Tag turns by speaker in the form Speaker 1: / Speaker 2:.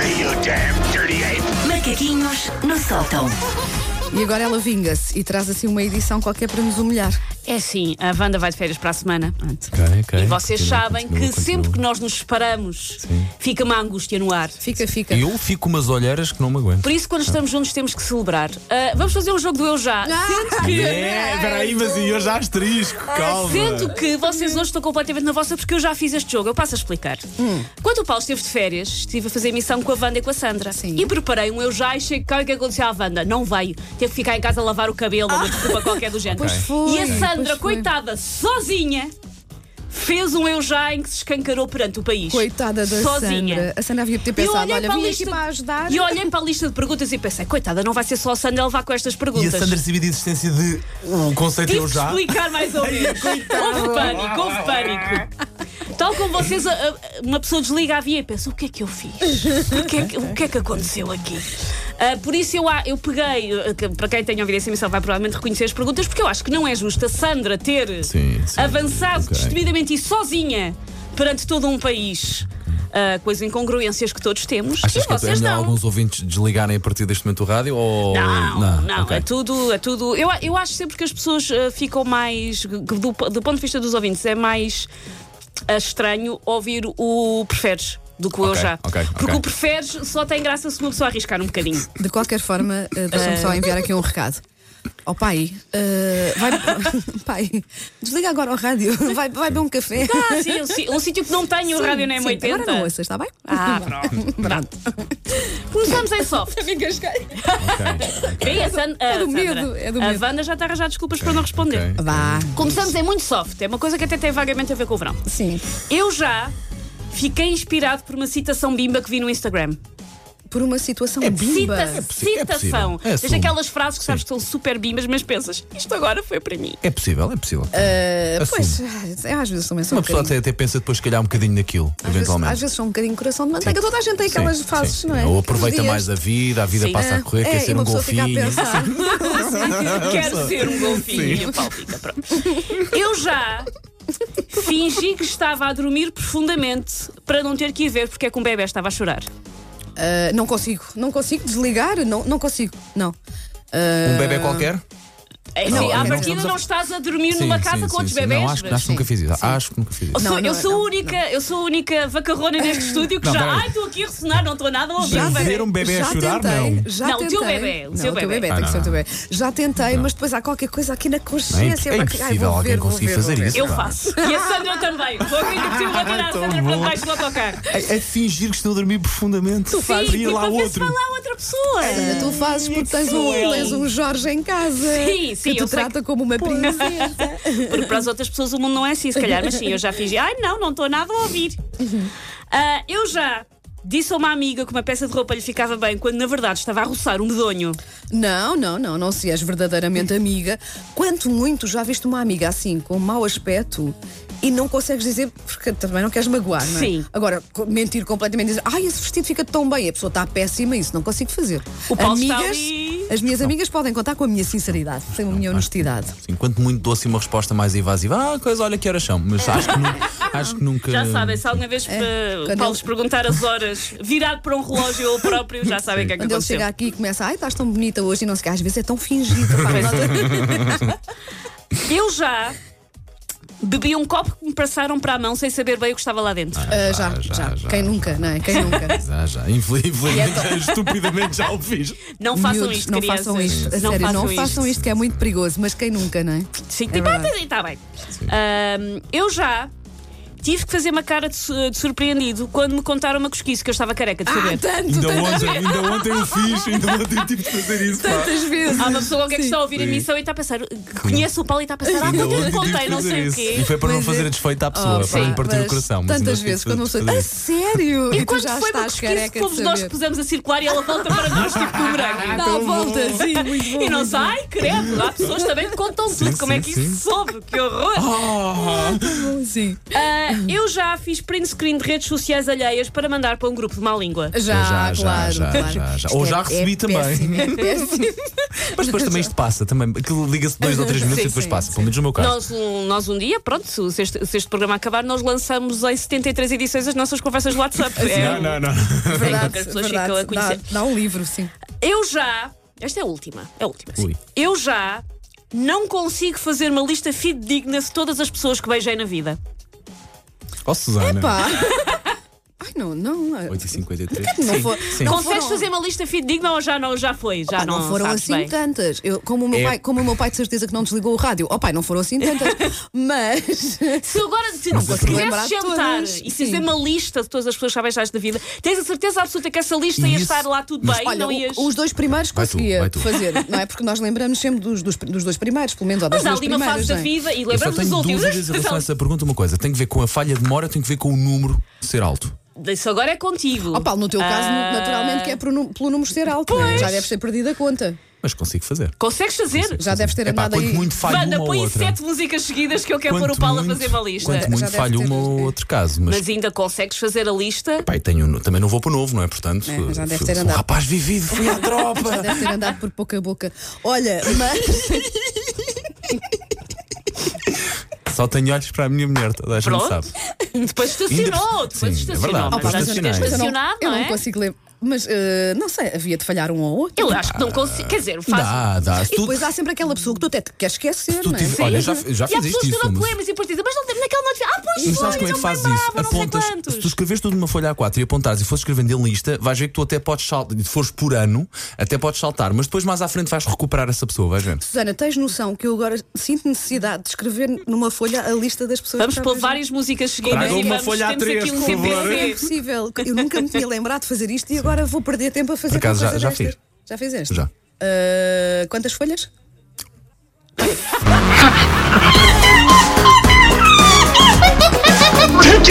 Speaker 1: Damn dirty ape!
Speaker 2: Macaquinhos no sótão.
Speaker 3: E agora ela vinga-se e traz assim uma edição qualquer para nos humilhar.
Speaker 4: É sim, a Wanda vai de férias para a semana. Pronto.
Speaker 5: Ok, ok.
Speaker 4: E vocês
Speaker 5: Continua,
Speaker 4: sabem
Speaker 5: continua,
Speaker 4: que sempre
Speaker 5: continua.
Speaker 4: que nós nos separamos,
Speaker 5: Sim.
Speaker 4: fica uma angústia no ar.
Speaker 3: Fica, fica.
Speaker 5: Eu fico com umas olheiras que não me aguento.
Speaker 4: Por isso, quando estamos juntos, temos que celebrar. Ah, vamos fazer um jogo do Eu Já.
Speaker 5: É, peraí, mas e hoje há asterisco, calma.
Speaker 4: Ah, Sendo que vocês hoje estão completamente na vossa porque eu já fiz este jogo. Eu passo a explicar. Quando o Paulo esteve de férias, estive a fazer missão com a Wanda e com a Sandra.
Speaker 3: Sim.
Speaker 4: E preparei um eu já e chego cá e o que aconteceu à Wanda? Não veio. Teve que ficar em casa a lavar o cabelo, uma desculpa qualquer do género.
Speaker 5: Pois
Speaker 3: foi,
Speaker 4: e a Sandra,
Speaker 3: pois foi.
Speaker 4: coitada, sozinha. Fez um eu já em que se escancarou perante o país.
Speaker 3: Coitada da
Speaker 4: Sozinha.
Speaker 3: Sandra. A Sandra havia de ter
Speaker 4: Eu
Speaker 3: pensado:
Speaker 4: olhei
Speaker 3: olha,
Speaker 4: para a
Speaker 3: vim aqui
Speaker 4: lista-
Speaker 3: para ajudar.
Speaker 4: E eu olhei para a lista de perguntas e pensei, coitada, não vai ser só a Sandra a levar com estas
Speaker 5: E
Speaker 4: perguntas.
Speaker 5: a Sandra sabia da existência de o conceito
Speaker 4: Tive
Speaker 5: eu
Speaker 4: de
Speaker 5: já.
Speaker 4: explicar mais ou menos. houve pânico, houve pânico. Tal como vocês, a- a- uma pessoa desliga a via e pensa: o que é que eu fiz? O que é que, o que, é que aconteceu aqui? Ah, por isso eu, a- eu peguei, ah, que- para quem tenha ouvido essa emissão vai provavelmente reconhecer as perguntas, porque eu acho que não é justo a Sandra ter
Speaker 5: Sim, sim,
Speaker 4: avançado
Speaker 5: ok.
Speaker 4: destemidamente e sozinha perante todo um país. Ah, com as incongruências que todos temos.
Speaker 5: Achas
Speaker 4: e
Speaker 5: que é
Speaker 4: vocês
Speaker 5: melhor
Speaker 4: não.
Speaker 5: alguns ouvintes desligarem a partir deste momento o rádio? Ou...
Speaker 4: Não, não,
Speaker 5: ok.
Speaker 4: é tudo, é tudo. Eu, a- eu acho sempre que as pessoas eh, ficam mais. que Do, po- do ponto de vista dos ouvintes, é mais eh, estranho ouvir o preferes do que o eu
Speaker 5: Ok,
Speaker 4: já.
Speaker 5: ok,
Speaker 4: Porque
Speaker 5: ok.
Speaker 4: o preferes só tem graça se uma pessoa arriscar um bocadinho.
Speaker 3: De qualquer forma, eh, deixa-me só enviar aqui um recado. Ó pai, eh, vai, pai, desliga agora o rádio, vai, vai beber um café.
Speaker 4: Ah, sim, um, si- um sítio que não é tem o rádio nem
Speaker 3: Sim, sim,
Speaker 4: 80.
Speaker 3: Agora não ouças, está bem?
Speaker 4: Ah, pronto, pronto. Começamos em soft. Bem, a San- a
Speaker 3: É do
Speaker 4: ah, Sandra,
Speaker 3: medo, é do
Speaker 4: a
Speaker 3: medo.
Speaker 4: Wanda já está a arranjar desculpas para não responder.
Speaker 5: ok.
Speaker 3: Vá,
Speaker 4: Começamos em muito soft, é uma coisa que até tem vagamente a ver com o verão.
Speaker 3: sim.
Speaker 4: Eu já fiquei inspirado por uma citação bimba que vi no Instagram.
Speaker 3: Por uma situação bimba.
Speaker 4: Cita
Speaker 5: possi- é
Speaker 4: citação.
Speaker 5: possível. É
Speaker 4: Desde
Speaker 5: assumo.
Speaker 4: aquelas frases que sabes que são super bimbas, mas pensas, isto agora foi para mim.
Speaker 5: É possível, é possível.
Speaker 4: Ah,
Speaker 3: Eh, pois,
Speaker 5: Assumo.
Speaker 3: é, às vezes também são
Speaker 5: Uma
Speaker 3: um
Speaker 5: pessoa
Speaker 3: bocadinho-
Speaker 5: até, até pensa depois, se calhar, um bocadinho naquilo,
Speaker 3: às vezes-
Speaker 5: eventualmente.
Speaker 3: Às vezes são um bocadinho coração de manteiga. Toda a gente tem
Speaker 5: Sim,
Speaker 3: aquelas
Speaker 5: sim,
Speaker 3: fases,
Speaker 5: sim.
Speaker 3: não é?
Speaker 5: Ou aproveita
Speaker 3: Aqueles
Speaker 5: mais a vida, a vida
Speaker 4: Sim.
Speaker 5: passa a correr,
Speaker 3: dias.
Speaker 5: quer
Speaker 3: É, e
Speaker 5: ser
Speaker 3: uma
Speaker 5: um
Speaker 3: pessoa fica a
Speaker 5: golfinho.
Speaker 3: pensar.
Speaker 5: Ah,
Speaker 4: Quero ser um golfinho. Paulo fica, pronto. Eu já fingi que estava a dormir profundamente para não ter que ir ver porque é que um bebê estava a chorar.
Speaker 3: Ah, não consigo, não consigo desligar, não, não consigo, não.
Speaker 5: Um bebê qualquer?
Speaker 4: É,
Speaker 5: Não,
Speaker 4: sim, à
Speaker 5: não
Speaker 4: partida
Speaker 5: estamos a-
Speaker 4: não estás a dormir
Speaker 5: Sim,
Speaker 4: numa casa
Speaker 5: sim,
Speaker 4: com
Speaker 5: sim,
Speaker 4: outros
Speaker 5: sim.
Speaker 4: bebés.
Speaker 5: Não, acho, que-
Speaker 4: mas-
Speaker 5: acho que nunca fiz isso. Acho que nunca fiz
Speaker 4: Eu
Speaker 5: isso.
Speaker 3: Não,
Speaker 4: sou,
Speaker 3: não,
Speaker 4: eu sou a
Speaker 3: não,
Speaker 4: única, eu sou a única vacarrona neste estúdio que
Speaker 5: Não,
Speaker 4: já.
Speaker 5: peraí.
Speaker 4: Ai, estou aqui a ressonar, não estou nada a ouvir.
Speaker 3: Já
Speaker 4: o bebê."
Speaker 5: ver um bebê a
Speaker 3: já
Speaker 5: chorar,
Speaker 3: tentei,
Speaker 5: não.
Speaker 3: Já
Speaker 4: Não, o
Speaker 3: tentei.
Speaker 4: teu bebê, o
Speaker 3: Não,
Speaker 4: seu
Speaker 3: o teu
Speaker 4: bebê.
Speaker 3: bebê,
Speaker 5: Ah,
Speaker 3: tem que ser o
Speaker 5: não,
Speaker 3: teu bebê. Já tentei, mas depois há qualquer coisa aqui na consciência.
Speaker 5: É
Speaker 3: vai-
Speaker 5: impossível
Speaker 3: ai, vou
Speaker 5: alguém
Speaker 3: ver, vou
Speaker 5: conseguir
Speaker 3: ver, vou
Speaker 5: fazer
Speaker 3: ver.
Speaker 5: isso.
Speaker 4: Eu faço. E a Sandra também. Vou aqui que eu vou tirar a Sandra para
Speaker 5: bom.
Speaker 4: baixo do autocarro.
Speaker 5: É, é fingir que estou a dormir profundamente. Tu
Speaker 4: Sim,
Speaker 5: E
Speaker 4: tipo,
Speaker 5: lá
Speaker 4: para ver se
Speaker 5: outro.
Speaker 4: vai lá outra pessoa.
Speaker 3: Ana, tu fazes porque tens um, tens um Jorge em casa
Speaker 4: é Sim, sim,
Speaker 3: que te
Speaker 4: eu sei
Speaker 3: trata como uma princesa.
Speaker 4: Porque para as outras pessoas o mundo não é assim, se calhar. Mas sim, eu já fingi. Ai, não, não estou nada a ouvir. Ah, eu já disse a uma amiga que uma peça de roupa lhe ficava bem quando na verdade estava a roçar um medonho.
Speaker 3: Não, não, não, não se és verdadeiramente amiga. Quanto muito já viste uma amiga assim, com mau aspecto, e não consegues dizer, porque também não queres magoar, não é?
Speaker 4: Sim.
Speaker 3: Agora, co- mentir completamente, dizer, ai, esse vestido fica tão bem, e a pessoa está péssima, isso não consigo fazer.
Speaker 4: O Paulo está
Speaker 3: amigas,
Speaker 4: ali.
Speaker 3: As minhas amigas podem contar com a minha sinceridade, com a minha honestidade.
Speaker 5: Enquanto muito dou assim uma resposta mais evasiva, ah, coisa, olha que horas são. Mas acho que, nu- acho que nunca.
Speaker 4: Já sabem, se alguma vez eh,
Speaker 3: É, quando
Speaker 4: Paulo
Speaker 3: ele-
Speaker 4: lhes perguntar as horas, virado para um relógio ou próprio, já sabem o que é que
Speaker 3: Quando ele
Speaker 4: aconteceu.
Speaker 3: chega aqui e começa, ai, estás tão bonita hoje, e não sei o que, às vezes é tão fingido. pá, nós-
Speaker 4: Eu já bebi um copo que me passaram para a mão sem saber bem o que estava lá dentro.
Speaker 3: Ah, já,
Speaker 5: Já,
Speaker 3: já,
Speaker 5: já, já.
Speaker 3: Quem nunca, não é? Quem nunca?
Speaker 5: Já, já. Infel- Infelizmente, estupidamente já o fiz.
Speaker 4: Não façam
Speaker 3: Miúdos,
Speaker 4: isto,
Speaker 3: não
Speaker 4: crianças.
Speaker 3: façam isto. A sério, não façam isto que é muito perigoso, mas quem nunca, não é?
Speaker 4: Sim,
Speaker 3: É verdade.
Speaker 4: está bem. Ahm, eu já tive que fazer uma cara de, su- de surpreendido quando me contaram uma cosquice que eu estava careca de saber.
Speaker 3: Ah, tanto,
Speaker 5: Ainda ontem, ainda ontem eu fiz, ainda ontem eu tive de fazer isso. pá.
Speaker 3: tantas vezes.
Speaker 4: Há uma pessoa qualquer que está a ouvir a
Speaker 5: Sim.
Speaker 4: missão e está a pensar, que conhece o Paulo e está a pensar, ah,
Speaker 5: Ainda
Speaker 4: quando eu
Speaker 5: ontem
Speaker 4: lhe
Speaker 5: tive
Speaker 4: contei,
Speaker 5: de
Speaker 4: não
Speaker 5: fazer
Speaker 4: sei o
Speaker 5: isso.
Speaker 4: quê.
Speaker 5: E foi para não
Speaker 3: Mas é-
Speaker 5: fazer a desfeita à pessoa,
Speaker 3: Oh,
Speaker 5: para não
Speaker 3: pá,
Speaker 5: partir o
Speaker 3: mas
Speaker 5: coração. mas ainda
Speaker 3: Tantas
Speaker 5: tive de
Speaker 3: vezes quando uma
Speaker 5: fazer-
Speaker 3: pessoa.
Speaker 5: fazer
Speaker 3: A
Speaker 5: isso.
Speaker 3: sério?
Speaker 4: E
Speaker 3: tu
Speaker 4: quando
Speaker 3: já
Speaker 4: foi uma
Speaker 3: estás
Speaker 4: cosquice que
Speaker 3: careca de
Speaker 4: fomos nós que
Speaker 3: saber.
Speaker 4: pusemos a circular e ela volta para nós, tipo bumerangue.
Speaker 3: Dá a volta, sim, muito bom.
Speaker 4: E nós, ai, credo, há pessoas também que contam tudo. Como é que
Speaker 5: sim,
Speaker 3: Oh.
Speaker 4: isso se soube? Que horror!
Speaker 5: Oh,
Speaker 3: Sim.
Speaker 4: Ah, eu já fiz print screen de redes sociais alheias para mandar para um grupo de má língua.
Speaker 3: Já,
Speaker 5: Já, já,
Speaker 3: claro,
Speaker 5: já,
Speaker 3: claro.
Speaker 5: já, já.
Speaker 3: Isto
Speaker 5: Ou
Speaker 3: é-
Speaker 5: já recebi
Speaker 3: é
Speaker 5: também.
Speaker 3: péssimo, é péssimo.
Speaker 5: Mas depois também isto passa, também. Aquilo liga-se dois ou três minutos
Speaker 3: Sim,
Speaker 5: e depois
Speaker 3: sim,
Speaker 5: passa, pelo menos no meu caso.
Speaker 4: Nós um, nós um dia, pronto, se este, se este programa acabar, nós lançamos em 73 edições as nossas conversas do WhatsApp. É,
Speaker 5: não, não. não.
Speaker 4: Sim, que
Speaker 3: Verdade,
Speaker 4: as pessoas
Speaker 3: verdade.
Speaker 4: ficam a
Speaker 3: Dá,
Speaker 4: conhecer.
Speaker 3: dá um livro, sim.
Speaker 4: Eu já. Esta é a última. É a última. sim.
Speaker 5: Ui.
Speaker 4: Eu já não consigo fazer uma lista fidedigna de todas as pessoas que beijei na vida.
Speaker 5: Ó, Susana.
Speaker 3: Pá. Ai, não, não. ah,
Speaker 4: Tá,
Speaker 5: 8h53.
Speaker 3: Não
Speaker 5: Sim,
Speaker 3: foi-
Speaker 5: sim.
Speaker 3: não
Speaker 4: Consegues
Speaker 3: foram-
Speaker 4: fazer uma lista fidedigna ou já não já foi? Já
Speaker 3: Pá, não, foram
Speaker 4: sabes
Speaker 3: assim
Speaker 4: bem.
Speaker 3: tantas. Eu, como, o meu
Speaker 5: É.
Speaker 3: pai, como o meu pai de certeza que não desligou o rádio. Oh pai, não foram assim tantas. Mas.
Speaker 4: Se agora se,
Speaker 5: Não
Speaker 4: se
Speaker 5: consigo
Speaker 4: quisesses
Speaker 3: lembrar
Speaker 4: jantar
Speaker 3: todas.
Speaker 4: e
Speaker 3: Sim.
Speaker 4: fazer uma lista de todas as pessoas que já beijaste na vida, tens a certeza absoluta que essa lista
Speaker 5: E
Speaker 4: ia
Speaker 5: isso-
Speaker 4: estar lá tudo
Speaker 5: mas-
Speaker 4: bem?
Speaker 3: Olha,
Speaker 4: não ias...
Speaker 3: o- os dois primeiros
Speaker 5: Vai tu,
Speaker 3: conseguia
Speaker 5: vai tu.
Speaker 3: fazer, não é? Porque nós lembramos sempre dos, dos, dos dois primeiros, pelo menos, ou das
Speaker 4: Mas há
Speaker 3: duas
Speaker 4: ali uma fase
Speaker 3: primeiras.
Speaker 4: da
Speaker 3: não é?
Speaker 4: vida e
Speaker 5: Eu só
Speaker 4: lembramos dos
Speaker 5: tenho
Speaker 4: últimos.
Speaker 5: dúvidas em relação a essa pergunta. Uma coisa, tem que ver com a falha de memória, tem que ver com o número ser alto.
Speaker 4: Isso agora é contigo.
Speaker 3: Oh, Paulo, no teu caso,
Speaker 4: Ah,
Speaker 3: naturalmente, que é por nu- pelo número ser alto. não é? Já deves ter perdido a conta.
Speaker 5: Mas consigo fazer.
Speaker 4: Consegues fazer?
Speaker 3: Já deves ter
Speaker 5: Epá,
Speaker 3: andado
Speaker 5: quanto
Speaker 3: aí.
Speaker 5: muito falho
Speaker 4: Banda,
Speaker 5: uma ou
Speaker 4: põe
Speaker 5: outra.
Speaker 4: sete músicas seguidas que eu quero pôr o
Speaker 5: Quanto
Speaker 4: Paulo a
Speaker 5: muito-
Speaker 4: fazer uma lista.
Speaker 5: Quanto
Speaker 3: Já
Speaker 5: muito
Speaker 3: deve
Speaker 5: falho
Speaker 3: ter-
Speaker 5: uma ou outro caso, mas.
Speaker 4: Mas ainda consegues fazer a lista?
Speaker 5: Pai, tenho, no- também não vou para o novo, não é? Portanto,
Speaker 3: É, já deve
Speaker 5: fui-
Speaker 3: ter
Speaker 5: sou um
Speaker 3: andado.
Speaker 5: rapaz vivido, fui à tropa.
Speaker 3: Deve ter andado por pouca boca. Olha, mas.
Speaker 5: Só tenho olhos para a minha mulher, toda a gente
Speaker 4: Pronto.
Speaker 5: sabe.
Speaker 4: Depois estacionou,
Speaker 5: Ainda-
Speaker 4: depois
Speaker 5: Sim, é
Speaker 4: estacionou.
Speaker 5: verdade,
Speaker 4: mas
Speaker 5: depois
Speaker 4: já
Speaker 3: mas eu
Speaker 4: tinha
Speaker 5: estacionei.
Speaker 3: não,
Speaker 4: estacionado,
Speaker 3: eu
Speaker 4: não
Speaker 3: não
Speaker 4: é?
Speaker 3: consigo ler. Mas eh, não sei, havia de falhar um ou outro.
Speaker 4: Eu acho que não consigo. Quer dizer, faz.
Speaker 5: Ah, Dá, dá. Se
Speaker 3: E
Speaker 5: tu-
Speaker 3: depois há sempre aquela pessoa que tu até te queres esquecer,
Speaker 5: tu
Speaker 3: não é?
Speaker 5: tive- Olha, já,
Speaker 4: e
Speaker 5: já
Speaker 4: há
Speaker 5: fiz
Speaker 4: pessoas
Speaker 5: isto
Speaker 4: que
Speaker 5: isso.
Speaker 4: não te
Speaker 5: mas-
Speaker 4: lembras e depois dizem, mas não, naquele não te Ah, pois
Speaker 5: Mas
Speaker 4: foi,
Speaker 5: sabes como é que
Speaker 4: eu
Speaker 5: fazes
Speaker 4: lembrava,
Speaker 5: isso?
Speaker 4: não sei
Speaker 5: Apontas,
Speaker 4: quantos.
Speaker 5: se tu escreveres tudo numa folha A4 e apontares e fores escrevendo em lista, vais ver que tu até podes saltar, se fores por ano, até podes saltar, mas depois mais à frente vais recuperar essa pessoa, vais ver.
Speaker 3: Susana, tens noção que eu agora sinto necessidade de escrever numa folha a lista das pessoas
Speaker 4: Vamos
Speaker 3: que já
Speaker 4: pôr
Speaker 3: beijei?
Speaker 4: várias músicas seguidas
Speaker 5: Tragam
Speaker 4: e
Speaker 5: uma
Speaker 4: vamos,
Speaker 5: folha
Speaker 4: temos
Speaker 5: A3,
Speaker 4: aqui um
Speaker 5: por favor.
Speaker 3: Não é
Speaker 4: CPC.
Speaker 3: impossível. Eu nunca me tinha lembrado de fazer isto e agora vou perder tempo a fazer
Speaker 5: Por acaso,
Speaker 3: uma coisa
Speaker 5: já- já
Speaker 3: destas.
Speaker 5: fiz.
Speaker 3: Já fizeste?
Speaker 5: Já.
Speaker 3: Ah, quantas folhas?
Speaker 1: Take